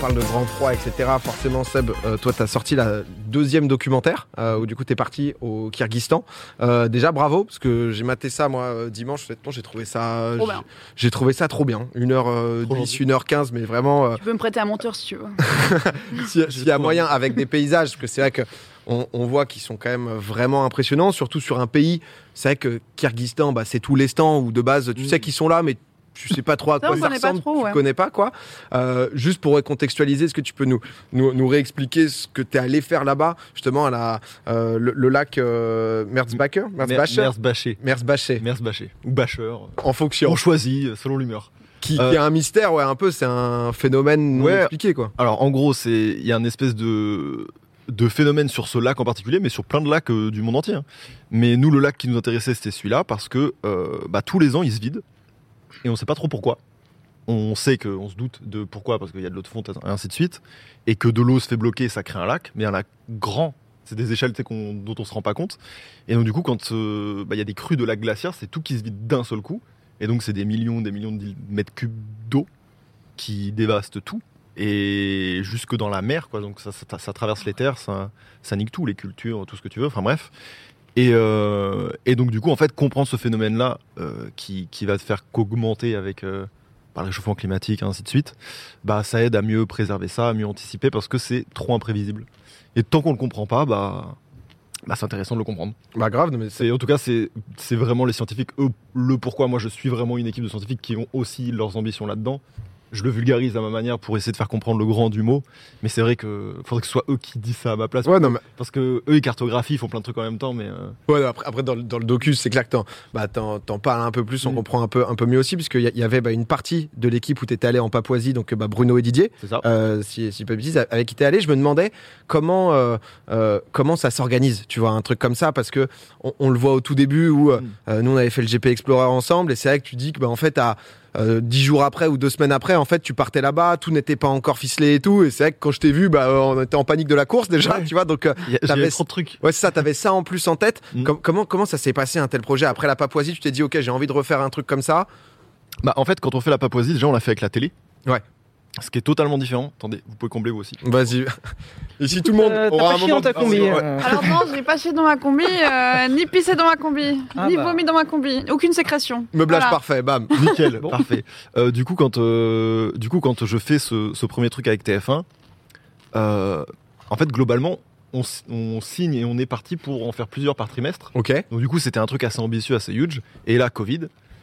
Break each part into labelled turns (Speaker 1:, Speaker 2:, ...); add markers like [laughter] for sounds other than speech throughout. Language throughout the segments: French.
Speaker 1: parle de grand froid, etc. Forcément, Seb, euh, toi, tu as sorti la deuxième documentaire euh, où du coup, tu es parti au Kyrgyzstan. Euh, déjà, bravo, parce que j'ai maté ça, moi, euh, dimanche, honnêtement, j'ai trouvé ça.
Speaker 2: Trop bien.
Speaker 1: j'ai- J'ai trouvé ça trop bien. euh, 1h10, 1h15, mais vraiment. euh,
Speaker 2: Tu peux me prêter un monteur si tu
Speaker 3: [laughs]
Speaker 2: veux.
Speaker 1: si- S'il y a moyen avec des paysages, parce que c'est vrai que on, on voit qu'ils sont quand même vraiment impressionnants, surtout sur un pays. C'est vrai que Kyrgyzstan, bah, c'est tous les stands où de base tu
Speaker 3: Mm.
Speaker 1: sais qu'ils sont là, mais tu sais pas trop à
Speaker 2: Ça,
Speaker 1: quoi
Speaker 2: on
Speaker 1: ça
Speaker 2: connaît pas
Speaker 1: ressemble,
Speaker 2: trop,
Speaker 1: tu
Speaker 2: ouais.
Speaker 1: connais pas quoi. Euh, juste pour recontextualiser, est-ce que tu peux nous, nous, nous réexpliquer ce que tu es allé faire là-bas, justement à la, euh, le, le lac euh, Merzbacher Merzbacher
Speaker 3: Merz bâché.
Speaker 1: Merzbacher,
Speaker 3: Merz bâché. Ou euh, bâcheur.
Speaker 1: en
Speaker 3: On
Speaker 1: fonction,
Speaker 3: choisit euh, selon l'humeur.
Speaker 1: qui, qui
Speaker 3: Euh,
Speaker 1: est un mystère, ouais, un peu, c'est un phénomène non
Speaker 3: Ouais.
Speaker 1: expliqué, quoi.
Speaker 3: Alors en gros, c'est il y a une espèce de de phénomène sur ce lac en particulier, mais sur plein de lacs euh, du monde entier. hein. Mais nous, le lac qui nous intéressait, c'était celui-là parce que euh, bah, tous les ans, il se vide et on sait pas trop pourquoi. On sait que, on se doute de pourquoi parce qu'il y a de l'eau de fonte et ainsi de suite, et que de l'eau se fait bloquer, ça crée un lac, mais un lac grand. C'est des échelles tu sais, qu'on- dont on se rend pas compte. Et donc du coup, quand euh, bah, il y a des crues de lacs glaciaires, c'est tout qui se vide d'un seul coup. Et donc c'est des millions, des millions de mètres cubes d'eau qui dévastent tout et jusque dans la mer, quoi. Donc ça, ça, ça traverse les terres, ça, ça nique tout, les cultures, tout ce que tu veux. Enfin bref. Et, euh, et donc du coup, en fait, comprendre ce phénomène-là, euh, qui, qui va te faire qu'augmenter avec euh, par le réchauffement climatique, ainsi de suite, bah ça aide à mieux préserver ça, à mieux anticiper, parce que c'est trop imprévisible. Et tant qu'on le comprend pas, bah, bah c'est intéressant de le comprendre.
Speaker 1: Bah grave, mais c'est
Speaker 3: C'est en tout cas c'est c'est vraiment les scientifiques eux, le pourquoi moi je suis vraiment une équipe de scientifiques qui ont aussi leurs ambitions là-dedans. Je le vulgarise à ma manière pour essayer de faire comprendre le grand du mot, mais c'est vrai que faudrait que ce soit eux qui disent ça à ma place
Speaker 1: ouais, non, mais
Speaker 3: parce que eux ils cartographient, ils font plein de trucs en même temps mais euh,
Speaker 1: Ouais, non, après, après, dans, le, dans le docu, c'est clair que t'en, bah, t'en, t'en parles un peu plus, on
Speaker 3: Mm.
Speaker 1: comprend un peu, un peu mieux aussi, puisqu'il y, a- il y avait bah, une partie de l'équipe où t'étais allé en Papouasie, donc bah, Bruno et Didier,
Speaker 3: c'est ça.
Speaker 1: euh, si, si je dis pas de bêtises, avec qui t'es allé, je me demandais comment, euh, euh, comment ça s'organise, tu vois, un truc comme ça, parce que on, on le voit au tout début où euh,
Speaker 3: Mm.
Speaker 1: euh, nous on avait fait le GP Explorer ensemble, et c'est vrai que tu dis que bah, en fait, à euh, dix jours après ou deux semaines après, en fait, tu partais là-bas, tout n'était pas encore ficelé et tout, et c'est vrai que quand je t'ai vu, bah, euh, on était en panique de la course déjà,
Speaker 3: Ouais.
Speaker 1: tu vois, donc euh,
Speaker 3: Il y a-
Speaker 1: t'avais-
Speaker 3: J'avais trop de trucs.
Speaker 1: Ouais, c'est ça, t'avais ça en plus en tête.
Speaker 3: Mm.
Speaker 1: Com- comment, comment ça s'est passé un tel projet Après la Papouasie, tu t'es dit, ok, j'ai envie de refaire un truc comme ça.
Speaker 3: Bah en fait quand on fait la Papouasie déjà on l'a fait avec la télé.
Speaker 1: Ouais.
Speaker 3: Ce qui est totalement différent. Attendez, vous pouvez combler vous aussi.
Speaker 1: [laughs] Vas-y. Ici, tout le monde
Speaker 4: Euh, T'as
Speaker 1: aura
Speaker 4: pas
Speaker 1: un
Speaker 4: chié dans
Speaker 1: moment
Speaker 4: ta
Speaker 1: de-
Speaker 4: combi.
Speaker 1: Ouais.
Speaker 4: euh.
Speaker 2: Alors non, j'ai pas chié dans ma combi, euh, ni pissé dans ma combi,
Speaker 4: Ah
Speaker 2: ni
Speaker 4: bah.
Speaker 2: vomi dans ma combi, aucune sécrétion.
Speaker 1: Meublage
Speaker 2: Voilà.
Speaker 1: parfait, bam.
Speaker 3: [laughs] Nickel, parfait. Euh, du, coup, quand, euh, du coup, quand je fais ce, ce premier truc avec TF1, euh, en fait, globalement, on, s- on signe et on est parti pour en faire plusieurs par trimestre.
Speaker 1: Ok.
Speaker 3: Donc, du coup, c'était un truc assez ambitieux, assez huge. Et là, Covid.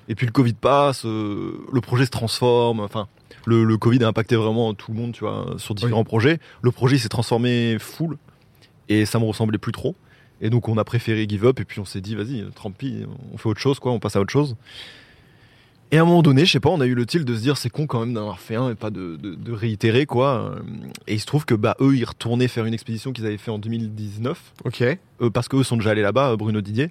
Speaker 3: Et puis, le Covid passe, euh, le projet se transforme. Enfin, le, le Covid a impacté vraiment tout le monde, tu vois, sur différents projets. Le projet s'est transformé full. Et ça me ressemblait plus trop. Et donc, on a préféré give up. Et puis, on s'est dit, vas-y, tant pis, on fait autre chose, quoi. On passe à autre chose. Et à un moment donné, je sais pas, on a eu le tilt de se dire c'est con quand même d'en avoir fait un et pas de, de- de réitérer quoi. Euh, Et il se trouve que bah eux ils retournaient faire une expédition qu'ils avaient fait en 2019
Speaker 1: Ok.
Speaker 3: euh, parce qu'eux sont déjà allés là-bas, euh, Bruno Didier. Et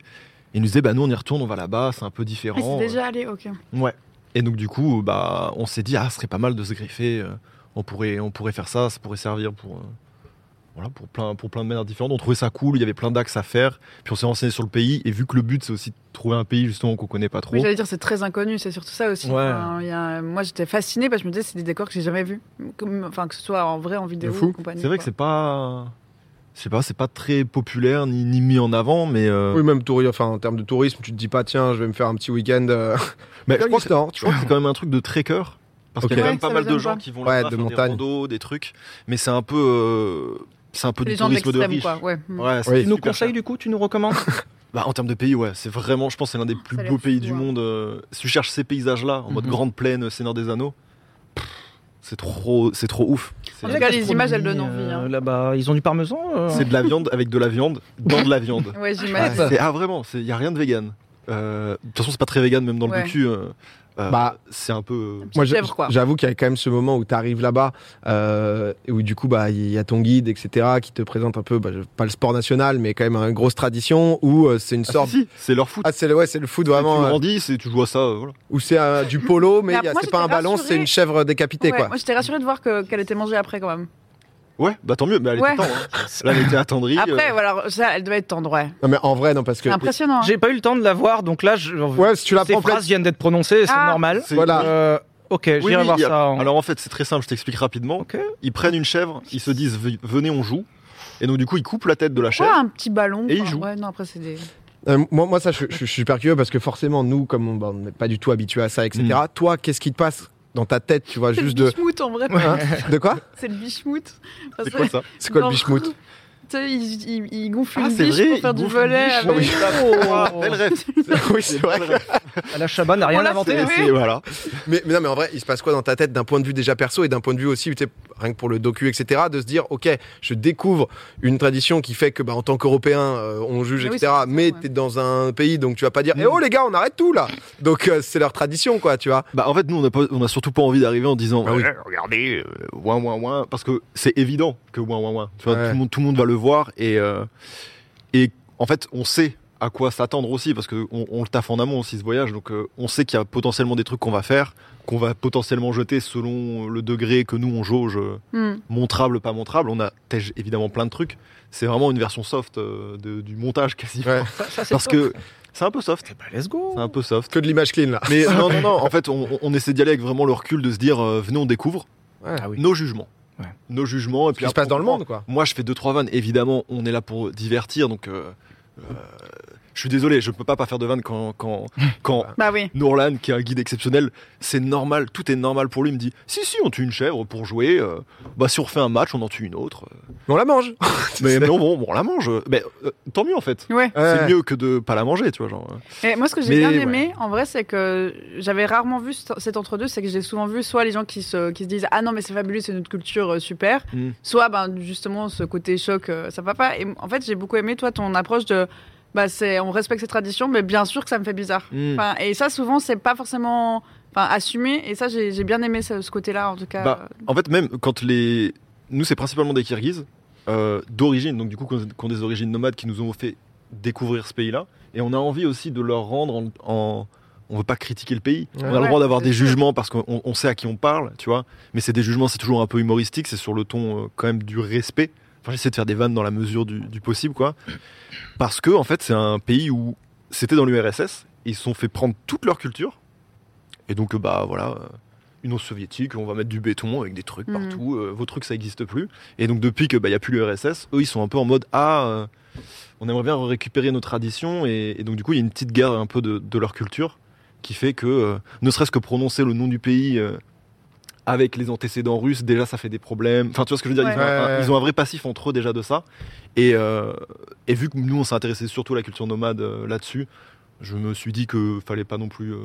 Speaker 3: ils nous disaient bah nous on y retourne, on va là-bas, c'est un
Speaker 2: Ah,
Speaker 3: peu
Speaker 2: C'est
Speaker 3: différent.
Speaker 2: déjà allé, ok.
Speaker 3: Ouais. Et donc du coup bah on s'est dit ah ce serait pas mal de se greffer, euh, on pourrait on pourrait faire ça, ça pourrait servir pour euh, voilà pour plein pour plein de manières différentes. On trouvait ça cool, il y avait plein d'axes à faire. Puis on s'est renseigné sur le pays et vu que le but c'est aussi de trouver un pays justement qu'on connaît pas trop.
Speaker 2: Oui, j'allais dire, c'est très inconnu, c'est surtout ça aussi.
Speaker 3: Ouais.
Speaker 2: Enfin, il y a- Moi, j'étais fascinée parce que je me disais, c'est des décors que j'ai jamais vus. Comme- Enfin, que ce soit en vrai, en vidéo,
Speaker 1: De fou.
Speaker 2: ou compagnie.
Speaker 3: C'est vrai que
Speaker 2: quoi.
Speaker 3: c'est pas. Je sais pas, c'est pas très populaire ni, ni mis en avant, mais. euh,
Speaker 1: Oui, même touri- enfin, en termes de tourisme, tu te dis pas, tiens, je vais me faire un petit week-end. [laughs] euh,
Speaker 3: mais je crois que,
Speaker 1: Kyrgyzstan,
Speaker 3: je
Speaker 1: tu
Speaker 3: crois
Speaker 1: vois.
Speaker 3: que c'est quand même un truc de trekker. Parce qu'il
Speaker 1: Ok.
Speaker 3: y a quand
Speaker 2: Ouais,
Speaker 3: même pas
Speaker 2: ça
Speaker 3: mal de
Speaker 2: m'étonne
Speaker 3: gens
Speaker 2: pas.
Speaker 3: qui vont
Speaker 1: Ouais,
Speaker 3: là-bas
Speaker 1: de
Speaker 3: faire
Speaker 1: montagne.
Speaker 3: des randos, des trucs. Mais c'est un peu. euh, c'est un peu
Speaker 2: les
Speaker 3: du
Speaker 2: gens de
Speaker 3: tourisme de
Speaker 2: l'extrême,
Speaker 3: riche.
Speaker 2: quoi. Ouais. Mm.
Speaker 3: Ouais, c'est
Speaker 1: Oui.
Speaker 4: Tu nous
Speaker 3: super
Speaker 4: conseilles du coup, tu nous recommandes
Speaker 3: Bah, en termes de pays, ouais, c'est vraiment, je pense, c'est l'un des plus
Speaker 2: a l'air
Speaker 3: beaux pays
Speaker 2: fou,
Speaker 3: du
Speaker 2: hein.
Speaker 3: monde. euh, si tu cherches ces paysages-là, en mode
Speaker 4: Mhm.
Speaker 3: grande plaine, euh, Seigneur des Anneaux, pff, c'est trop, c'est trop ouf. C'est
Speaker 2: En tout cas, les images, elles donnent envie, hein.
Speaker 4: Euh, Là-bas, ils ont du parmesan euh,
Speaker 3: c'est de la viande avec de la viande dans de la viande.
Speaker 2: [laughs] Ouais,
Speaker 3: Ah,
Speaker 2: j'imagine.
Speaker 4: Ouais.
Speaker 3: c'est- ah, vraiment, il n'y a rien de vegan. Euh, De toute façon, c'est pas très vegan, même dans
Speaker 2: Ouais.
Speaker 3: le docu. euh, euh,
Speaker 1: Bah,
Speaker 3: c'est un peu. euh,
Speaker 1: Moi, je-
Speaker 2: chèvre, quoi.
Speaker 1: j'avoue qu'il y a quand même ce moment où tu arrives là-bas, euh, et où du coup, bah, il y a ton guide, etc., qui te présente un peu, bah, pas le sport national, mais quand même une grosse tradition où euh, c'est une
Speaker 3: ah,
Speaker 1: sorte.
Speaker 3: si, si, c'est leur foot.
Speaker 1: Ah, c'est le, ouais, c'est le foot
Speaker 3: tu
Speaker 1: vraiment, euh,
Speaker 3: grandis, c'est- tu joues à ça. euh, voilà.
Speaker 1: où c'est euh, du polo, mais
Speaker 2: Mais
Speaker 1: il y a-
Speaker 2: moi,
Speaker 1: c'est pas un
Speaker 2: j'étais
Speaker 1: ballon, c'est une
Speaker 2: rassurée.
Speaker 1: chèvre décapitée,
Speaker 2: Ouais,
Speaker 1: quoi.
Speaker 2: Moi, j'étais rassurée de voir que- qu'elle était mangée après, quand même.
Speaker 3: Ouais, bah tant mieux, mais elle
Speaker 2: Ouais.
Speaker 3: était tendre,
Speaker 2: [laughs]
Speaker 3: hein. Là, elle était attendrie.
Speaker 2: Après,
Speaker 3: euh,
Speaker 2: voilà, alors, ça, elle devait être tendre, ouais.
Speaker 1: Non mais en vrai non parce que
Speaker 2: C'est impressionnant. hein.
Speaker 4: J'ai pas eu le temps de la voir, donc là, je...
Speaker 1: ouais si tu la
Speaker 4: ces
Speaker 1: prends
Speaker 4: phrases viennent d'être prononcées, c'est
Speaker 2: Ah.
Speaker 4: normal.
Speaker 3: c'est-
Speaker 1: Voilà.
Speaker 4: Euh, Ok, j'irai
Speaker 3: Oui, oui,
Speaker 4: voir
Speaker 3: il y a-
Speaker 4: ça. en-
Speaker 3: Alors en fait, c'est très simple, je t'explique rapidement.
Speaker 4: Ok.
Speaker 3: Ils prennent une chèvre, ils se disent "Ve- venez, on joue. Et donc du coup, ils coupent la tête de la
Speaker 2: Ouais,
Speaker 3: chèvre.
Speaker 2: un petit ballon.
Speaker 3: Et il
Speaker 2: enfin,
Speaker 3: joue.
Speaker 2: Ouais, non, après, c'est des.
Speaker 1: Euh, moi, moi, ça, je, je- je suis super curieux parce que forcément, nous, comme on bah, on n'est pas du tout habitué à ça, etc. Toi, qu'est-ce qui te passe dans ta tête,
Speaker 2: [laughs]
Speaker 1: tu vois,
Speaker 2: C'est le
Speaker 1: juste de.
Speaker 2: bichemout en vrai.
Speaker 1: Hein de quoi
Speaker 2: [laughs] C'est le bichemout. Parce
Speaker 3: C'est quoi ça
Speaker 1: C'est quoi le
Speaker 2: Dans-
Speaker 1: bichemout
Speaker 2: [laughs] Tu sais, ils, ils, ils gonflent
Speaker 3: Ah,
Speaker 2: Ah, une
Speaker 3: c'est
Speaker 2: biche
Speaker 3: vrai,
Speaker 2: pour faire
Speaker 3: ils
Speaker 2: du
Speaker 3: gonflent une
Speaker 2: volet.
Speaker 3: biche.
Speaker 2: avec-
Speaker 4: Oh.
Speaker 3: Belle rêve.
Speaker 1: Oui, c'est vrai.
Speaker 4: La Chabat n'a
Speaker 2: On
Speaker 4: rien
Speaker 2: l'a
Speaker 4: inventé.
Speaker 2: fait.
Speaker 3: C'est- c'est- voilà.
Speaker 1: Mais, mais non, mais en vrai, il se passe quoi dans ta tête d'un point de vue déjà perso et d'un point de vue aussi, tu sais, rien que pour le docu, etc., de se dire, ok, je découvre une tradition qui fait que, bah, en tant qu'Européen, euh, on juge,
Speaker 2: Ah oui,
Speaker 1: etc.,
Speaker 2: c'est
Speaker 1: mais
Speaker 2: ça, ouais.
Speaker 1: t'es dans un pays, donc tu vas pas dire,
Speaker 3: Mm.
Speaker 1: eh oh les gars, on arrête tout là Donc euh, c'est leur tradition, quoi, tu vois.
Speaker 3: Bah en fait, nous, on n'a pas- on a surtout pas envie d'arriver en disant
Speaker 1: Ah oui.
Speaker 3: "Ouais, regardez, euh, ouin ouin ouin", parce que c'est évident que ouin ouin ouin. Tu vois,
Speaker 1: Ouais.
Speaker 3: tout, le monde, tout le monde va le voir et euh, et en fait, on sait à quoi s'attendre aussi parce que on, on le taffe en amont aussi ce voyage, donc euh, on sait qu'il y a potentiellement des trucs qu'on va faire, qu'on va potentiellement jeter selon le degré que nous on jauge. euh,
Speaker 2: Hmm.
Speaker 3: montrable, pas montrable. On a tège- évidemment plein de trucs. C'est vraiment une version soft euh, de- du montage quasi.
Speaker 1: Ouais.
Speaker 3: Parce que c'est un peu soft.
Speaker 4: Eh ben, let's go.
Speaker 3: C'est un peu soft.
Speaker 1: Que de l'image clean là. [laughs]
Speaker 3: Mais non, non, non. En fait, on, on- on essaie d'y aller avec vraiment le recul de se dire euh, venez, on découvre
Speaker 4: Ah oui.
Speaker 3: nos jugements.
Speaker 4: Ouais.
Speaker 3: Nos jugements. Et
Speaker 1: Ce
Speaker 3: puis
Speaker 1: qui se passe
Speaker 3: après,
Speaker 1: dans
Speaker 3: on
Speaker 1: le
Speaker 3: comprend.
Speaker 1: monde, quoi.
Speaker 3: Moi, je fais deux, trois vannes. Évidemment, on est là pour divertir. Donc, euh, euh, je suis désolé, je peux pas, pas faire de vannes quand,
Speaker 1: [laughs]
Speaker 3: quand, quand
Speaker 2: Bah oui.
Speaker 3: Nourlan, qui est un guide exceptionnel, c'est normal, tout est normal pour lui. Il me dit Si, si, on tue une chèvre pour jouer. euh, bah, si on refait un match, on en tue une autre.
Speaker 1: Mais on la [laughs] mange.
Speaker 3: Mais, mais bon, bon, bon, on la mange. Mais euh, tant mieux en fait.
Speaker 2: Ouais.
Speaker 1: Ouais.
Speaker 3: C'est mieux que de pas la manger, tu vois. Genre. hein.
Speaker 2: Et moi, ce que j'ai
Speaker 3: Mais
Speaker 2: bien
Speaker 3: ouais.
Speaker 2: aimé, en vrai, c'est que j'avais rarement vu cet cet entre-deux. C'est que j'ai souvent vu soit les gens qui se, qui se disent Ah non, mais c'est fabuleux, c'est notre culture, euh, super.
Speaker 3: Mm.
Speaker 2: Soit, ben, justement, ce côté choc, euh, ça va pas. Et en fait, j'ai beaucoup aimé, toi, ton approche de bah, c'est, On respecte ces traditions, mais bien sûr que ça me fait bizarre.
Speaker 3: Hmm.
Speaker 2: Enfin, et ça, souvent, c'est pas forcément enfin, assumé. Et ça, j'ai j'ai bien aimé ce, ce côté-là, en tout cas.
Speaker 3: Bah, En fait, même quand les. Nous, c'est principalement des Kirghizes euh, d'origine, donc du coup, qui ont- qui ont des origines nomades qui nous ont fait découvrir ce pays-là. Et on a envie aussi de leur rendre en. en- On veut pas critiquer le pays.
Speaker 1: Ouais.
Speaker 3: on a
Speaker 2: Euh, Ouais,
Speaker 3: le droit d'avoir
Speaker 2: c'est
Speaker 3: des
Speaker 2: sûr.
Speaker 3: jugements parce qu'on on sait à qui on parle, tu vois. Mais c'est des jugements, c'est toujours un peu humoristique, c'est sur le ton euh, quand même du respect. Enfin, j'essaie de faire des vannes dans la mesure du, du possible, quoi. Parce que, en fait, c'est un pays où c'était dans l'URSS, ils se sont fait prendre toute leur culture. Et donc, euh, bah voilà, euh, Union soviétique, on va mettre du béton avec des trucs
Speaker 2: Mhm.
Speaker 3: partout, euh, vos trucs ça n'existe plus. Et donc, depuis que bah, il n'y a plus l'URSS, eux ils sont un peu en mode Ah, euh, on aimerait bien récupérer nos traditions. Et, et donc, du coup, il y a une petite guerre un peu de, de leur culture qui fait que, euh, ne serait-ce que prononcer le nom du pays. euh, avec les antécédents russes, déjà ça fait des problèmes. Enfin, tu vois ce que je veux dire ils, ont
Speaker 1: Ouais.
Speaker 3: un-
Speaker 1: Ouais.
Speaker 3: ils ont un vrai passif entre eux déjà de ça. Et, euh, et vu que nous, on s'est intéressé surtout à la culture nomade euh, là-dessus, je me suis dit que fallait pas non plus. euh,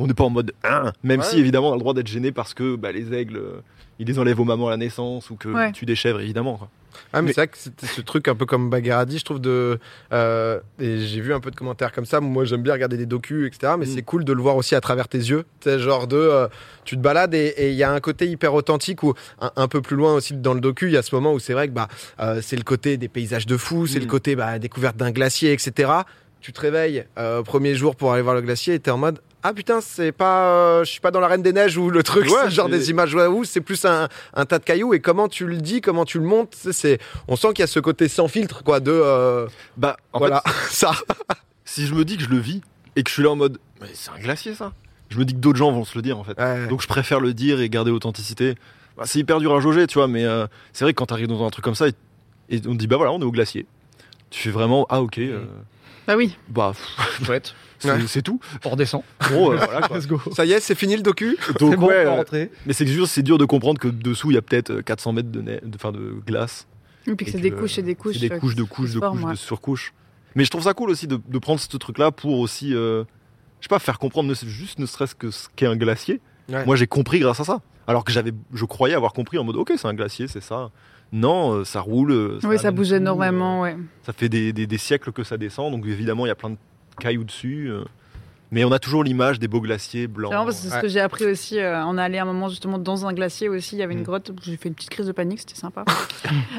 Speaker 3: on n'est pas en mode Hein même
Speaker 1: Ouais.
Speaker 3: si évidemment on a le droit d'être gêné parce que bah, les aigles, euh, ils les enlèvent aux mamans à la naissance ou que
Speaker 2: Ouais.
Speaker 3: ils tuent des chèvres évidemment. quoi.
Speaker 1: Ah, mais,
Speaker 3: Mais-
Speaker 1: c'est vrai que c'était ce truc un peu comme Bagaradi, je trouve, de. euh, et j'ai vu un peu de commentaires comme ça. Moi, j'aime bien regarder des docus, etc. Mais
Speaker 3: Mm.
Speaker 1: c'est cool de le voir aussi à travers tes yeux. Tu sais, genre de. euh, tu te balades et et il y a un côté hyper authentique où, un, un peu plus loin aussi dans le docu, il y a ce moment où c'est vrai que bah, euh, c'est le côté des paysages de fou, c'est
Speaker 3: Mm.
Speaker 1: le côté bah, découverte d'un glacier, etc. Tu te réveilles euh, au premier jour pour aller voir le glacier et t'es en mode. Ah putain, c'est pas, euh, je suis pas dans la Reine des Neiges ou le truc,
Speaker 3: Ouais,
Speaker 1: c'est genre
Speaker 3: c'est-
Speaker 1: des images où c'est plus un, un tas de cailloux et comment tu le dis, comment tu le montes, tu sais, c'est on sent qu'il y a ce côté sans filtre, quoi, de. euh,
Speaker 3: Bah, en
Speaker 1: voilà, [laughs]
Speaker 3: fait,
Speaker 1: ça.
Speaker 3: si je me dis que je le vis et que je suis là en mode Mais c'est un glacier ça Je me dis que d'autres gens vont se le dire en fait. Donc je préfère le dire et garder l'authenticité. Bah, c'est hyper dur à jauger, tu vois, mais euh, c'est vrai que quand t'arrives dans un truc comme ça et, et on te dit bah voilà, on est au glacier. Tu fais vraiment ah ok, euh,
Speaker 4: Mm.
Speaker 2: Bah oui.
Speaker 3: bah pff,
Speaker 4: Chouette.
Speaker 3: c'est
Speaker 1: Ouais.
Speaker 3: c'est tout.
Speaker 4: On redescend.
Speaker 3: En gros, euh, voilà, quoi.
Speaker 4: Let's go.
Speaker 1: ça y est, c'est fini le docu.
Speaker 3: Donc,
Speaker 4: [laughs] C'est bon,
Speaker 3: ouais,
Speaker 4: on va
Speaker 3: euh,
Speaker 4: rentrer.
Speaker 3: mais c'est juste c'est dur de comprendre que dessous il y a peut-être euh, 400 mètres de, nai- de, fin, de glace.
Speaker 2: Et puis que
Speaker 3: Et
Speaker 2: c'est
Speaker 3: que,
Speaker 2: des
Speaker 3: euh,
Speaker 2: couches et des couches.
Speaker 3: C'est des couches de couches de
Speaker 2: sport,
Speaker 3: couches
Speaker 2: moi.
Speaker 3: de surcouches. Mais je trouve ça cool aussi de, de prendre ce truc-là pour aussi, euh, je sais pas, faire comprendre ne- juste ne serait-ce que ce qu'est un glacier.
Speaker 1: Ouais.
Speaker 3: Moi, j'ai compris grâce à ça. Alors que j'avais, je croyais avoir compris en mode, ok, c'est un glacier, c'est ça. Non, euh, ça roule. euh,
Speaker 2: Oui, ça
Speaker 3: amène
Speaker 2: bouge
Speaker 3: tout, euh,
Speaker 2: énormément, ouais.
Speaker 3: ça fait des, des- des siècles que ça descend, donc évidemment, il y a plein de cailloux dessus. euh, mais on a toujours l'image des beaux glaciers blancs.
Speaker 2: C'est marrant parce que c'est ce que j'ai appris aussi. euh, on est allé un moment justement dans un glacier aussi. Il y avait une
Speaker 3: Mm.
Speaker 2: grotte. J'ai fait une petite crise de panique. C'était
Speaker 3: [laughs]
Speaker 2: sympa.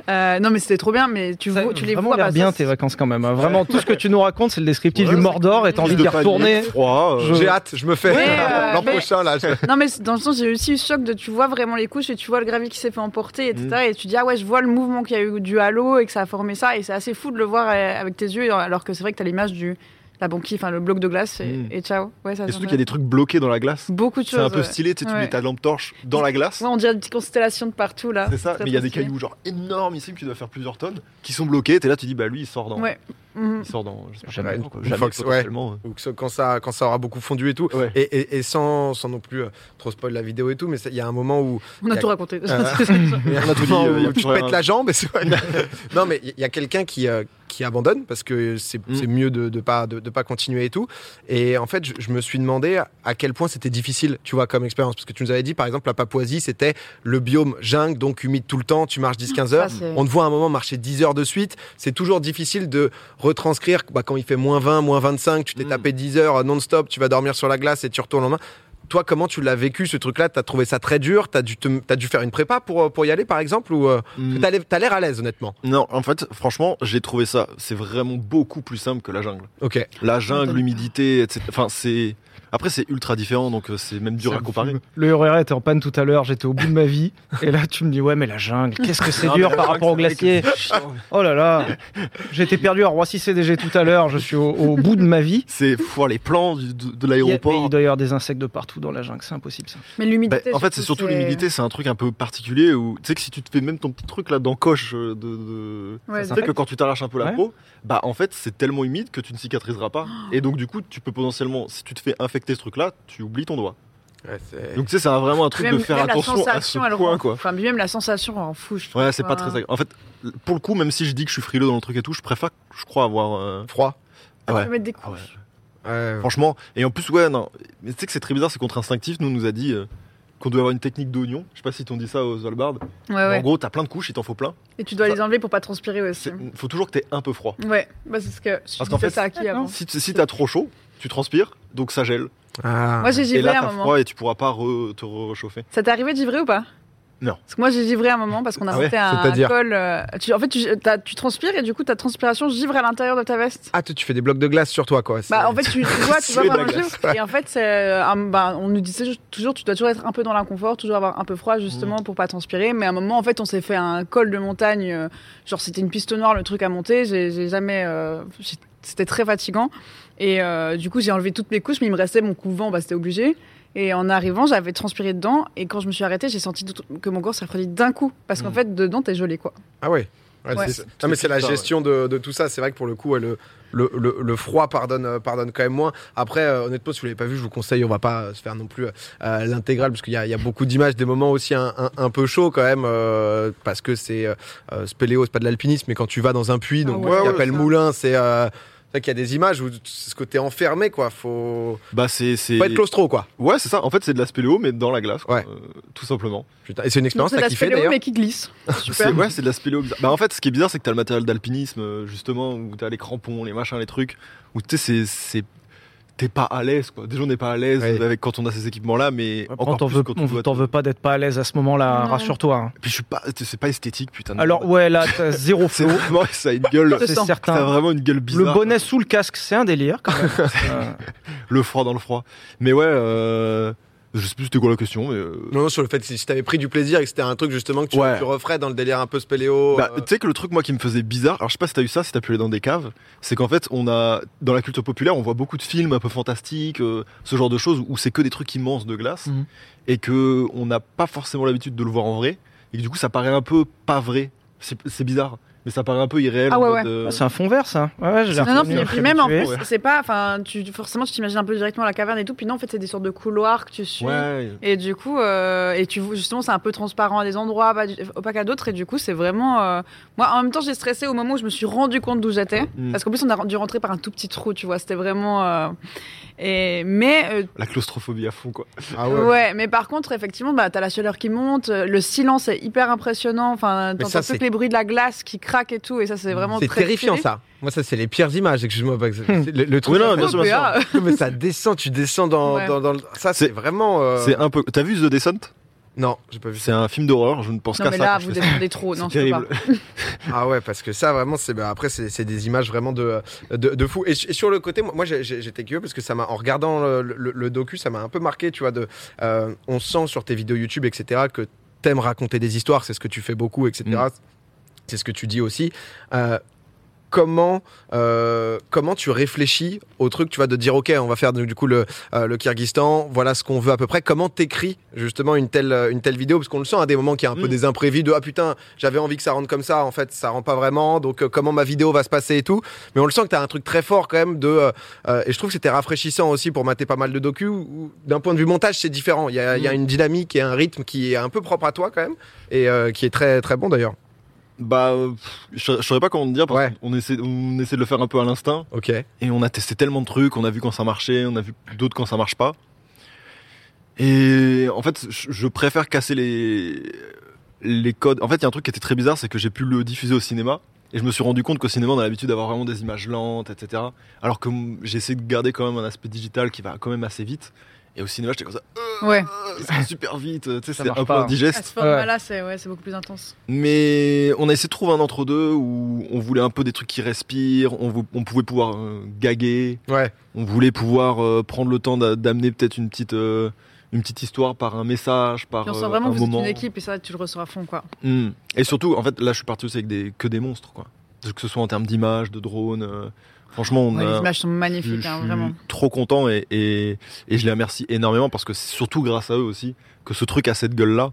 Speaker 2: Euh, non, mais c'était trop bien. Mais tu,
Speaker 4: Ça a
Speaker 2: vois, tu les
Speaker 4: vraiment
Speaker 2: vois.
Speaker 4: l'air
Speaker 2: bah,
Speaker 4: bien
Speaker 2: ça,
Speaker 4: tes vacances quand même. hein. Vraiment, tout ce que tu nous racontes, c'est le descriptif
Speaker 3: Ouais,
Speaker 4: du
Speaker 3: c'est
Speaker 4: Mordor et t'as
Speaker 3: Crise de
Speaker 4: envie d'y
Speaker 3: panier,
Speaker 4: retourner.
Speaker 3: froid, euh,
Speaker 4: Je-
Speaker 1: J'ai hâte, je me
Speaker 4: [laughs]
Speaker 1: fais.
Speaker 2: Mais, euh,
Speaker 1: L'an
Speaker 2: mais-
Speaker 1: prochain, là. je-
Speaker 2: Non, mais c'est- dans le sens, j'ai aussi eu ce choc de tu vois vraiment les couches et tu vois le gravier qui s'est fait emporter, etc.
Speaker 3: Mm.
Speaker 2: Et tu dis, ah ouais, je vois le mouvement eh, qu'il y a eu du halo et que ça a formé ça. Et c'est assez fou de le voir euh, avec tes yeux, alors que c'est vrai que tu as l'image du la banquise, enfin le bloc de glace et,
Speaker 3: Mm.
Speaker 2: et ciao. Ouais, ça,
Speaker 3: Et
Speaker 2: ça
Speaker 3: surtout
Speaker 2: me-
Speaker 3: qu'il y a des trucs bloqués dans la glace.
Speaker 2: beaucoup de
Speaker 3: C'est
Speaker 2: choses.
Speaker 3: un peu
Speaker 2: ouais.
Speaker 3: stylé, tu sais, tu
Speaker 2: Ouais.
Speaker 3: mets ta lampe torche dans la glace.
Speaker 2: Ouais, on dirait une petite constellation de partout là.
Speaker 3: C'est ça,
Speaker 2: Très,
Speaker 3: mais il y a
Speaker 2: très
Speaker 3: des
Speaker 2: stylé.
Speaker 3: cailloux genre énormissimes qui doivent faire plusieurs tonnes, qui sont bloqués, t'es là, tu dis bah lui il sort dans.
Speaker 2: Ouais. Mhm.
Speaker 3: Il sort dans. Je sais pas,
Speaker 1: Jamais,
Speaker 3: jamais, quoi,
Speaker 1: une
Speaker 3: jamais,
Speaker 1: fois que- ouais.
Speaker 3: potentiellement, euh.
Speaker 1: Ou que ce- quand, ça, quand ça aura beaucoup fondu et tout.
Speaker 3: Ouais.
Speaker 1: Et, et- et sans, sans non plus euh, trop spoil la vidéo et tout, mais c'est- il y a un moment où
Speaker 2: On a
Speaker 1: y a-
Speaker 2: tout [laughs]
Speaker 3: Ah.
Speaker 2: raconté.
Speaker 3: On a
Speaker 1: [laughs]
Speaker 3: tout dit,
Speaker 1: Moment
Speaker 3: euh, y a
Speaker 1: où
Speaker 3: plus
Speaker 1: tu
Speaker 3: rien.
Speaker 1: pètes la jambe. et c'est vrai que- [laughs] non, mais il y a quelqu'un qui, euh, qui abandonne parce que c'est
Speaker 3: Mm.
Speaker 1: c'est mieux de ne pas, de, de pas continuer et tout. Et en fait, je, je me suis demandé à quel point c'était difficile, tu vois, comme expérience. Parce que tu nous avais dit, par exemple, la Papouasie, c'était le biome jungle, donc humide tout le temps, tu marches 10-15 heures.
Speaker 2: Ça, c'est-
Speaker 1: On te voit à un moment marcher 10 heures de suite. C'est toujours difficile de retranscrire bah, quand il fait moins 20, moins 25, tu t'es
Speaker 3: Mm.
Speaker 1: tapé 10 heures euh, non-stop, tu vas dormir sur la glace et tu retournes le lendemain. Toi, comment tu l'as vécu ce truc-là T'as trouvé ça très dur T'as dû, te- t'as dû faire une prépa pour, euh, pour y aller, par exemple Ou euh,
Speaker 3: Mm.
Speaker 1: t'as l'air- t'as l'air à l'aise, honnêtement
Speaker 3: Non, en fait, franchement, j'ai trouvé ça. C'est vraiment beaucoup plus simple que la jungle.
Speaker 1: Ok.
Speaker 3: La
Speaker 2: t'as-
Speaker 3: jungle, l'humidité, etc. Enfin, c'est. Après, c'est ultra différent, donc euh, c'est même dur
Speaker 4: Ça
Speaker 3: à
Speaker 4: me
Speaker 3: comparer.
Speaker 4: fume. Le RER était en panne tout à l'heure, j'étais au bout de ma vie. Et là, tu me dis, ouais, mais la jungle, qu'est-ce que c'est
Speaker 3: Non,
Speaker 4: dur
Speaker 3: mais
Speaker 4: par
Speaker 3: la
Speaker 4: rapport au
Speaker 3: jungle,
Speaker 4: glacier Oh là là J'étais perdu à Roissy-CDG tout à l'heure, je suis au, au bout de ma vie.
Speaker 3: C'est fou, les plans du- de, de
Speaker 4: Il, y a- mais il
Speaker 3: l'aéroport.
Speaker 4: doit y avoir des insectes de partout dans la jungle, c'est impossible ça.
Speaker 2: Mais l'humidité.
Speaker 3: Bah, en fait, c'est surtout l'humidité, c'est un truc un peu particulier où tu sais que si tu te fais même ton petit truc là d'encoche euh, de, de...
Speaker 2: Ouais,
Speaker 3: tu sais que quand tu t'arraches un peu la
Speaker 4: Ouais.
Speaker 3: peau, bah en fait c'est tellement humide que tu ne
Speaker 2: [gasps]
Speaker 3: cicatriseras pas et donc du coup tu peux potentiellement si tu te fais infecter ce truc là, tu oublies ton doigt. Donc tu sais c'est un- vraiment un truc
Speaker 2: même,
Speaker 3: de faire
Speaker 2: même la
Speaker 3: attention à ce
Speaker 2: sensation, elle
Speaker 3: point
Speaker 2: rend-
Speaker 3: quoi.
Speaker 2: Enfin, même la sensation en fou. je trouve,
Speaker 3: Ouais, c'est pas
Speaker 2: enfin.
Speaker 3: très agréable. En fait, pour le coup, même si je dis que je suis frileux dans le truc et tout, je préfère, je crois, avoir. euh,
Speaker 1: Froid.
Speaker 2: Tu
Speaker 3: Ouais.
Speaker 2: peux mettre des
Speaker 3: Ah ouais.
Speaker 2: couches.
Speaker 1: Ouais.
Speaker 3: Franchement, et en plus, ouais, non. Mais tu sais que c'est très bizarre, c'est contre-instinctif. Nous, on nous a dit euh, qu'on devait avoir une technique d'oignon. Je sais pas si t'ont dit ça aux Svalbard.
Speaker 2: Ouais,
Speaker 3: Mais
Speaker 2: Ah ouais.
Speaker 3: En gros, t'as plein de couches, il t'en faut plein.
Speaker 2: Et tu dois
Speaker 3: ça-
Speaker 2: les enlever pour pas transpirer aussi. hein.
Speaker 3: C'est- Faut toujours que t'aies un peu froid.
Speaker 2: Ouais, bah c'est ce que je
Speaker 3: Parce
Speaker 2: Parce
Speaker 3: qu'en fait,
Speaker 2: ça à qui avant.
Speaker 3: Si, t- si t'as trop chaud, tu transpires, donc ça gèle.
Speaker 1: Ah.
Speaker 2: Moi j'ai
Speaker 3: et
Speaker 2: givré
Speaker 3: là,
Speaker 2: à un
Speaker 3: t'as
Speaker 2: moment.
Speaker 3: froid et tu pourras pas re- te re- réchauffer.
Speaker 2: Ça t'est arrivé de givrer ou pas
Speaker 3: Non.
Speaker 2: Parce que moi j'ai givré à un moment parce qu'on a
Speaker 3: Ah ouais,
Speaker 2: monté un
Speaker 1: c'est-à-dire
Speaker 2: col. euh, tu, en fait, tu, t'as- tu transpires et du coup ta transpiration givre à l'intérieur de ta veste.
Speaker 1: Ah, toi, tu fais des blocs de glace sur toi, quoi. C'est-
Speaker 2: Bah en fait tu, tu
Speaker 1: [laughs]
Speaker 2: vois, tu
Speaker 3: C'est
Speaker 2: vois
Speaker 3: de la
Speaker 2: vraiment le givre. Et en fait, c'est, euh, un- bah, on nous disait juste- toujours tu dois toujours être un peu dans l'inconfort, toujours avoir un peu froid
Speaker 1: Mm.
Speaker 2: justement pour pas transpirer. Mais à un moment en fait on s'est fait un col de montagne, euh, genre c'était une piste noire le truc à monter. J'ai, j'ai jamais, euh, j'ai- c'était très fatigant. Et euh, du coup j'ai enlevé toutes mes couches, mais il me restait mon couvent, bah c'était obligé. Et en arrivant, j'avais transpiré dedans. Et quand je me suis arrêtée, j'ai senti tout- que mon corps s'est refroidi d'un coup. Parce qu'en
Speaker 3: Mm.
Speaker 2: fait, dedans, t'es gelé, quoi.
Speaker 1: Ah ouais. Ouais,
Speaker 2: Ouais.
Speaker 1: c'est- Non, mais c'est la
Speaker 3: Ça, ouais.
Speaker 1: gestion de, de tout ça. C'est vrai que pour le coup, ouais, le, le, le, le froid pardonne, euh, pardonne quand même moins. Après, euh, honnêtement, si vous l'avez pas vu, je vous conseille, on va pas euh, se faire non plus euh, l'intégrale, parce qu'il y a, il y a beaucoup d'images, des moments aussi un, un, un peu chauds quand même, euh, parce que c'est euh, euh, spéléo, c'est pas de l'alpinisme, mais quand tu vas dans un puits, donc
Speaker 2: Ah
Speaker 1: moi,
Speaker 2: ouais,
Speaker 1: ce
Speaker 2: ouais,
Speaker 1: qu'on appelle
Speaker 2: ça.
Speaker 1: moulin, c'est. euh, c'est vrai qu'il y a des images où c'est ce côté enfermé, quoi. Faut
Speaker 3: Bah, c'est. c'est-
Speaker 1: pas être claustro, quoi.
Speaker 3: Ouais, c'est ça. En fait, c'est de la spéléo, mais dans la glace. quoi.
Speaker 1: Ouais.
Speaker 3: Euh, tout simplement.
Speaker 1: Putain, Et c'est une
Speaker 2: Donc,
Speaker 1: expérience,
Speaker 2: c'est de
Speaker 1: t'as
Speaker 2: la
Speaker 1: kiffé
Speaker 2: spéléo,
Speaker 1: d'ailleurs.
Speaker 2: mais qui glisse.
Speaker 3: C'est-
Speaker 2: Super.
Speaker 3: Ouais, c'est de la spéléo bizarre. Bah, en fait, ce qui est bizarre, c'est que t'as le matériel d'alpinisme, euh, justement, où t'as les crampons, les machins, les trucs, où tu sais, c'est- c'est. T'es pas à l'aise, quoi. Déjà, on n'est pas à l'aise
Speaker 1: Ouais.
Speaker 3: avec quand on a ces équipements-là, mais
Speaker 4: Quand
Speaker 3: encore
Speaker 4: t'en
Speaker 3: plus
Speaker 4: veux,
Speaker 3: quand
Speaker 4: on
Speaker 3: on doit.
Speaker 4: t'en veut pas d'être pas à l'aise à ce moment-là,
Speaker 2: Non.
Speaker 4: rassure-toi. hein.
Speaker 3: Puis je suis pas. C'est pas esthétique, putain. de
Speaker 4: Alors
Speaker 3: merde.
Speaker 4: ouais, là, t'as zéro
Speaker 3: C'est
Speaker 4: flow,
Speaker 3: vraiment. Ça a une gueule.
Speaker 2: Je
Speaker 4: c'est
Speaker 2: sens.
Speaker 4: certain.
Speaker 3: Ça a vraiment une gueule bizarre.
Speaker 4: Le bonnet sous le casque, c'est un délire quand
Speaker 3: [laughs]
Speaker 4: même. Euh,
Speaker 3: Le froid dans le froid. Mais ouais, euh, je sais plus c'était quoi la question, mais. euh,
Speaker 1: Non, non, sur le fait, si si t'avais pris du plaisir et que c'était un truc justement que tu,
Speaker 3: Ouais.
Speaker 1: tu referais dans le délire un peu spéléo.
Speaker 3: Bah,
Speaker 1: euh,
Speaker 3: tu sais que le truc moi qui me faisait bizarre, alors je sais pas si t'as eu ça, si t'as pu aller dans des caves, c'est qu'en fait on a dans la culture populaire on voit beaucoup de films un peu fantastiques, euh, ce genre de choses où c'est que des trucs immenses de glace
Speaker 4: Mhm.
Speaker 3: et que on n'a pas forcément l'habitude de le voir en vrai et que du coup ça paraît un peu pas vrai, c'est c'est bizarre, mais ça paraît un peu irréel.
Speaker 2: Ah
Speaker 3: en
Speaker 2: ouais,
Speaker 3: mode,
Speaker 2: ouais.
Speaker 3: euh,
Speaker 4: bah, c'est un fond vert ça. Ouais, ouais, je l'ai
Speaker 2: Non, non,
Speaker 4: reconnu,
Speaker 2: puis,
Speaker 4: je
Speaker 2: puis
Speaker 4: suis
Speaker 2: même en
Speaker 4: habitué.
Speaker 2: plus, c'est pas. Enfin, tu, forcément, tu t'imagines un peu directement la caverne et tout. Puis non, en fait, c'est des sortes de couloirs que tu suis.
Speaker 3: ouais.
Speaker 2: Et du coup, euh, et tu, vois- justement, c'est un peu transparent à des endroits, pas, du- opaque à d'autres. Et du coup, c'est vraiment. euh, Moi, en même temps, j'ai stressé au moment où je me suis rendu compte d'où j'étais.
Speaker 3: Mm.
Speaker 2: Parce qu'en plus, on a dû rentrer par un tout petit trou, tu vois. C'était vraiment. euh, Et... Mais euh,
Speaker 3: La claustrophobie à fond quoi.
Speaker 1: ah
Speaker 2: Ouais. mais par contre, effectivement, bah, t'as la chaleur qui monte, euh, le silence est hyper impressionnant. Enfin,
Speaker 1: Mais
Speaker 2: t'entends
Speaker 1: ça,
Speaker 2: tous
Speaker 1: c'est- Mm.
Speaker 2: les bruits de la glace qui craquent et tout, et ça, c'est vraiment
Speaker 1: C'est
Speaker 2: très
Speaker 1: terrifiant
Speaker 2: stylé.
Speaker 1: ça. Moi, ça, c'est les pires images. Excuse-moi, parce que
Speaker 3: Hmm.
Speaker 1: c'est-
Speaker 2: [laughs]
Speaker 1: le, le truc.
Speaker 3: Oui, non,
Speaker 1: ça
Speaker 3: bien
Speaker 1: fait-
Speaker 2: Oh,
Speaker 3: sûr,
Speaker 2: PA.
Speaker 3: bien
Speaker 1: mais ça descend, tu descends dans,
Speaker 2: Ouais.
Speaker 1: dans, dans le- Ça, c'est
Speaker 3: C'est-
Speaker 1: vraiment.
Speaker 2: ah.
Speaker 1: euh,
Speaker 3: C'est un peu. T'as vu The Descent
Speaker 1: Non, j'ai pas vu ça.
Speaker 3: C'est un film d'horreur, je ne pense
Speaker 2: Non,
Speaker 3: qu'à
Speaker 2: mais
Speaker 3: ça.
Speaker 2: là,
Speaker 3: quand je
Speaker 2: vous
Speaker 3: fais ça.
Speaker 2: défendez trop.
Speaker 3: C'est
Speaker 2: Non, je peux
Speaker 3: terrible.
Speaker 2: pas.
Speaker 1: [laughs] Ah ouais, parce que ça, vraiment, c'est. bah, après, c'est c'est des images vraiment de, de, de fou. Et, su- et sur le côté, moi, moi, j'ai- j'ai- j'étais curieux parce que ça m'a. En regardant le, le- le docu, ça m'a un peu marqué, tu vois. De, euh, on sent sur tes vidéos YouTube, etc., que t'aimes raconter des histoires, c'est ce que tu fais beaucoup, etc.
Speaker 3: Mm.
Speaker 1: C'est ce que tu dis aussi. Euh, comment, euh, comment tu réfléchis au truc, tu vois, de dire, OK, on va faire du coup le, euh, le Kyrgyzstan, voilà ce qu'on veut à peu près. Comment t'écris justement une telle, euh, une telle vidéo Parce qu'on le sent à des moments qu'il y a un peu
Speaker 3: Mm.
Speaker 1: des imprévus de, ah putain, j'avais envie que ça rentre comme ça, en fait, ça rend pas vraiment, donc euh, comment ma vidéo va se passer et tout. Mais on le sent que t'as un truc très fort quand même de. euh, euh, et je trouve que c'était rafraîchissant aussi pour mater pas mal de docu. où- où, D'un point de vue montage, c'est différent. Il y, a- il y a une dynamique et un rythme qui est un peu propre à toi quand même et euh, qui est très, très bon d'ailleurs.
Speaker 3: [laughs] Bah, euh, pff, je je saurais pas comment te dire, parce
Speaker 1: Ouais.
Speaker 3: qu'on essaie, on essaie de le faire un peu à l'instinct,
Speaker 1: Ok.
Speaker 3: et on a testé tellement de trucs, on a vu quand ça marchait, on a vu d'autres quand ça marche pas. Et en fait, je je préfère casser les, les codes. En fait, il y a un truc qui était très bizarre, c'est que j'ai pu le diffuser au cinéma, et je me suis rendu compte qu'au cinéma, on a l'habitude d'avoir vraiment des images lentes, etc. Alors que mm, j'ai essayé de garder quand même un aspect digital qui va quand même assez vite. Et au cinéma, j'étais comme ça, euh,
Speaker 2: Ouais. Ah,
Speaker 3: euh, ça va super vite, euh, tu sais,
Speaker 4: Ça
Speaker 3: c'est
Speaker 4: marche
Speaker 3: un peu
Speaker 4: pas.
Speaker 2: À
Speaker 3: indigeste. [laughs]
Speaker 2: ce format-là, c'est ouais, c'est beaucoup plus intense.
Speaker 3: Mais on a essayé de trouver un entre-deux où on voulait un peu des trucs qui respirent, on, vou- on pouvait pouvoir euh, gaguer,
Speaker 1: Ouais.
Speaker 3: on voulait pouvoir euh, prendre le temps d'a- d'amener peut-être une petite, euh, une petite histoire par un message, par
Speaker 2: Puis on
Speaker 3: euh,
Speaker 2: sent vraiment
Speaker 3: un
Speaker 2: que vous
Speaker 3: moment.
Speaker 2: êtes une équipe et ça, tu le ressens à fond, quoi.
Speaker 3: Mm. Et surtout, en fait, là, je suis parti aussi avec des, que des monstres, quoi. Que ce soit en termes d'images, de drones. euh, franchement, on
Speaker 2: Ouais,
Speaker 3: a, Hum.
Speaker 2: les images sont
Speaker 3: je,
Speaker 2: magnifiques,
Speaker 3: je
Speaker 2: hein,
Speaker 3: suis
Speaker 2: vraiment.
Speaker 3: trop content et, et- et je les remercie énormément parce que c'est surtout grâce à eux aussi que ce truc a cette gueule là.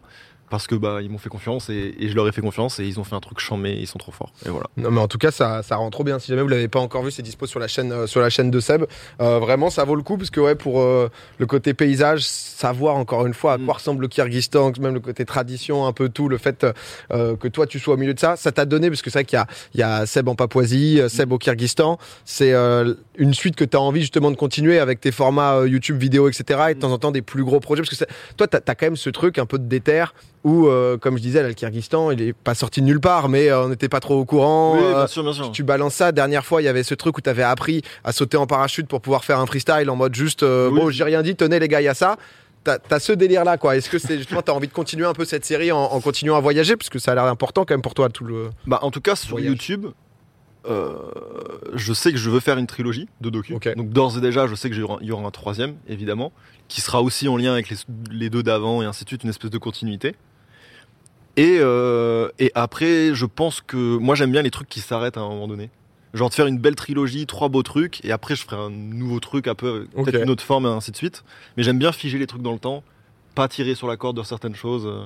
Speaker 3: Parce que bah ils m'ont fait confiance et, et je leur ai fait confiance et ils ont fait un truc chambé, ils sont trop forts. Et voilà.
Speaker 1: Non mais en tout cas ça, ça rend trop bien. Si jamais vous l'avez pas encore vu, c'est dispo sur la chaîne euh, sur la chaîne de Seb. Euh, vraiment ça vaut le coup parce que ouais pour euh, le côté paysage, savoir encore une fois à
Speaker 3: Mm.
Speaker 1: quoi ressemble le Kyrgyzstan, même le côté tradition, un peu tout, le fait euh, que toi tu sois au milieu de ça, ça t'a donné parce que c'est vrai qu'il y a, il y a Seb en Papouasie, euh, Seb au Kyrgyzstan. C'est euh, une suite que tu as envie justement de continuer avec tes formats euh, YouTube vidéo etc. Et de temps en temps des plus gros projets parce que c'est- toi t'as as quand même ce truc un peu de déterre où euh, comme je disais là, le Kyrgyzstan il est pas sorti de nulle part mais euh, on n'était pas trop au courant.
Speaker 3: Oui,
Speaker 1: euh,
Speaker 3: bien sûr, bien sûr.
Speaker 1: tu balances ça. Dernière fois, il y avait ce truc où tu avais appris à sauter en parachute pour pouvoir faire un freestyle en mode juste euh,
Speaker 3: Oui.
Speaker 1: bon, j'ai rien dit, tenez les gars, il y a ça. T'as t'as ce délire là, quoi. Est-ce que c'est justement, t'as envie de continuer un peu cette série en, en continuant à voyager Parce que ça a l'air important quand même pour toi, tout le.
Speaker 3: Bah en tout cas sur
Speaker 1: Voyage.
Speaker 3: YouTube, euh, je sais que je veux faire une trilogie de docu.
Speaker 1: Ok.
Speaker 3: Donc d'ores et déjà, je sais qu'il y, aura- il y aura un troisième évidemment qui sera aussi en lien avec les, les deux d'avant et ainsi de suite, une espèce de continuité. Et, euh, et après, je pense que moi j'aime bien les trucs qui s'arrêtent à un moment donné. Genre de faire une belle trilogie, trois beaux trucs, et après je ferai un nouveau truc un peu, peut-être
Speaker 1: Ok.
Speaker 3: une autre forme, et ainsi de suite. Mais j'aime bien figer les trucs dans le temps, pas tirer sur la corde de certaines choses. euh.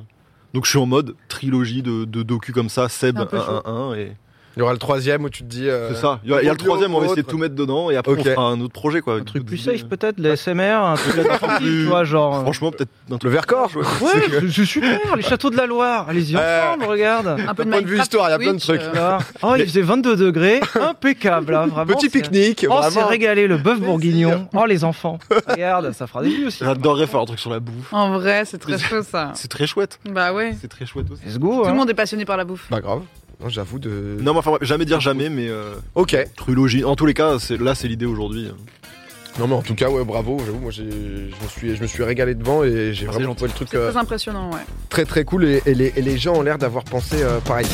Speaker 3: Donc je suis en mode trilogie de, de docu comme ça, Seb
Speaker 2: C'est un peu chaud.
Speaker 3: 1-1-1, et
Speaker 1: Il y aura le troisième où tu te dis. euh,
Speaker 3: c'est ça. Il y a, il y a le
Speaker 1: audio
Speaker 3: troisième, on
Speaker 1: ou
Speaker 3: va essayer de
Speaker 1: autre.
Speaker 3: tout mettre dedans, et après
Speaker 1: Ok.
Speaker 3: on fera un autre projet quoi.
Speaker 4: Un truc plus
Speaker 3: Euh,
Speaker 4: safe peut-être, les SMR, un truc
Speaker 3: [laughs]
Speaker 4: tu vois, genre. euh,
Speaker 3: Franchement, peut-être un
Speaker 1: Le
Speaker 3: truc.
Speaker 1: Vercors
Speaker 3: Ouais.
Speaker 4: Ouais, c'est- c'est super, les châteaux de la Loire, allez-y
Speaker 1: Euh,
Speaker 4: ensemble, regarde.
Speaker 2: Un peu
Speaker 1: D'un point de vue
Speaker 2: Minecraft,
Speaker 1: histoire, il y a plein de trucs.
Speaker 2: Twitch, euh,
Speaker 4: Là. Oh, il faisait 22 degrés, impeccable, là, vraiment.
Speaker 1: Petit
Speaker 4: c'est-
Speaker 1: pique-nique,
Speaker 4: Oh, c'est
Speaker 1: vraiment.
Speaker 4: régalé, le bœuf
Speaker 1: Plaisir.
Speaker 4: bourguignon. Oh, les enfants. Regarde, ça fera des vues aussi.
Speaker 3: J'adorerais faire un truc sur la bouffe.
Speaker 2: En vrai, c'est très chaud, ça.
Speaker 4: Ah.
Speaker 3: C'est très chouette.
Speaker 2: Bah ouais.
Speaker 3: C'est très chouette aussi.
Speaker 4: Let's go.
Speaker 2: Tout
Speaker 4: hein.
Speaker 2: le monde est passionné par la bouffe.
Speaker 1: Pas grave. Non, J'avoue de.
Speaker 3: Non, mais enfin, bref, jamais
Speaker 4: Ah,
Speaker 3: dire jamais, mais euh,
Speaker 1: Ok.
Speaker 3: trilogie. En tous les cas, c'est- là, c'est l'idée aujourd'hui. hein.
Speaker 1: Non mais en tout cas, ouais, bravo. J'avoue, moi, j'ai- je me suis, je me suis régalé devant et j'ai
Speaker 3: Ah, c'est
Speaker 1: vraiment
Speaker 3: gentil.
Speaker 1: trouvé le truc.
Speaker 2: C'est
Speaker 1: euh,
Speaker 2: très impressionnant, ouais.
Speaker 1: très très cool et, et les, et les gens ont l'air d'avoir pensé euh, pareil.